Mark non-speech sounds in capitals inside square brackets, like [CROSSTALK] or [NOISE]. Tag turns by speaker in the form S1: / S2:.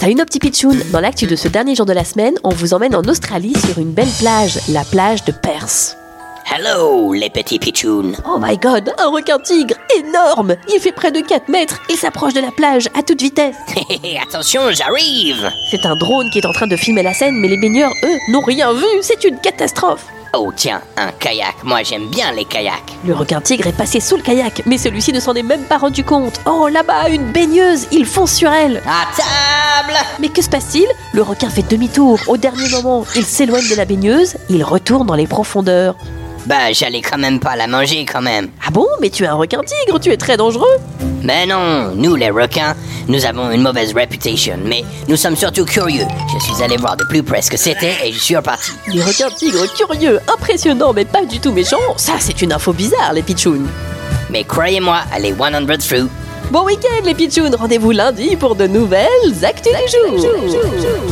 S1: Salut nos petits pitchouns Dans l'actu de ce dernier jour de la semaine, on vous emmène en Australie sur une belle plage, la plage de Perth.
S2: Hello, les petits pitchouns. [LAUGHS]
S1: Oh my god, un requin-tigre énorme Il fait près de 4 mètres et s'approche de la plage à toute vitesse.
S2: Attention, j'arrive.
S1: C'est un drone qui est en train de filmer la scène, mais les baigneurs, eux, n'ont rien vu, c'est une catastrophe
S2: Oh tiens, un kayak. Moi, j'aime bien les kayaks.
S1: Le requin-tigre est passé sous le kayak, mais celui-ci ne s'en est même pas rendu compte. Oh là-bas, une baigneuse, il fonce sur elle
S2: À table.
S1: Mais que se passe-t-il Le requin fait demi-tour. Au dernier moment, il s'éloigne de la baigneuse, il retourne dans les profondeurs.
S2: Bah, j'allais quand même pas la manger quand même.
S1: Ah bon Mais tu es un requin-tigre, tu es très dangereux
S2: Mais non, nous les requins, nous avons une mauvaise réputation, mais nous sommes surtout curieux. Je suis allé voir de plus près ce que c'était et je suis reparti.
S1: Les requins-tigres curieux, impressionnants, mais pas du tout méchants, ça c'est une info bizarre, les pitchouns
S2: Mais croyez-moi, allez 100 through.
S1: Bon week-end, les pitchouns Rendez-vous lundi pour de nouvelles Actus du jour.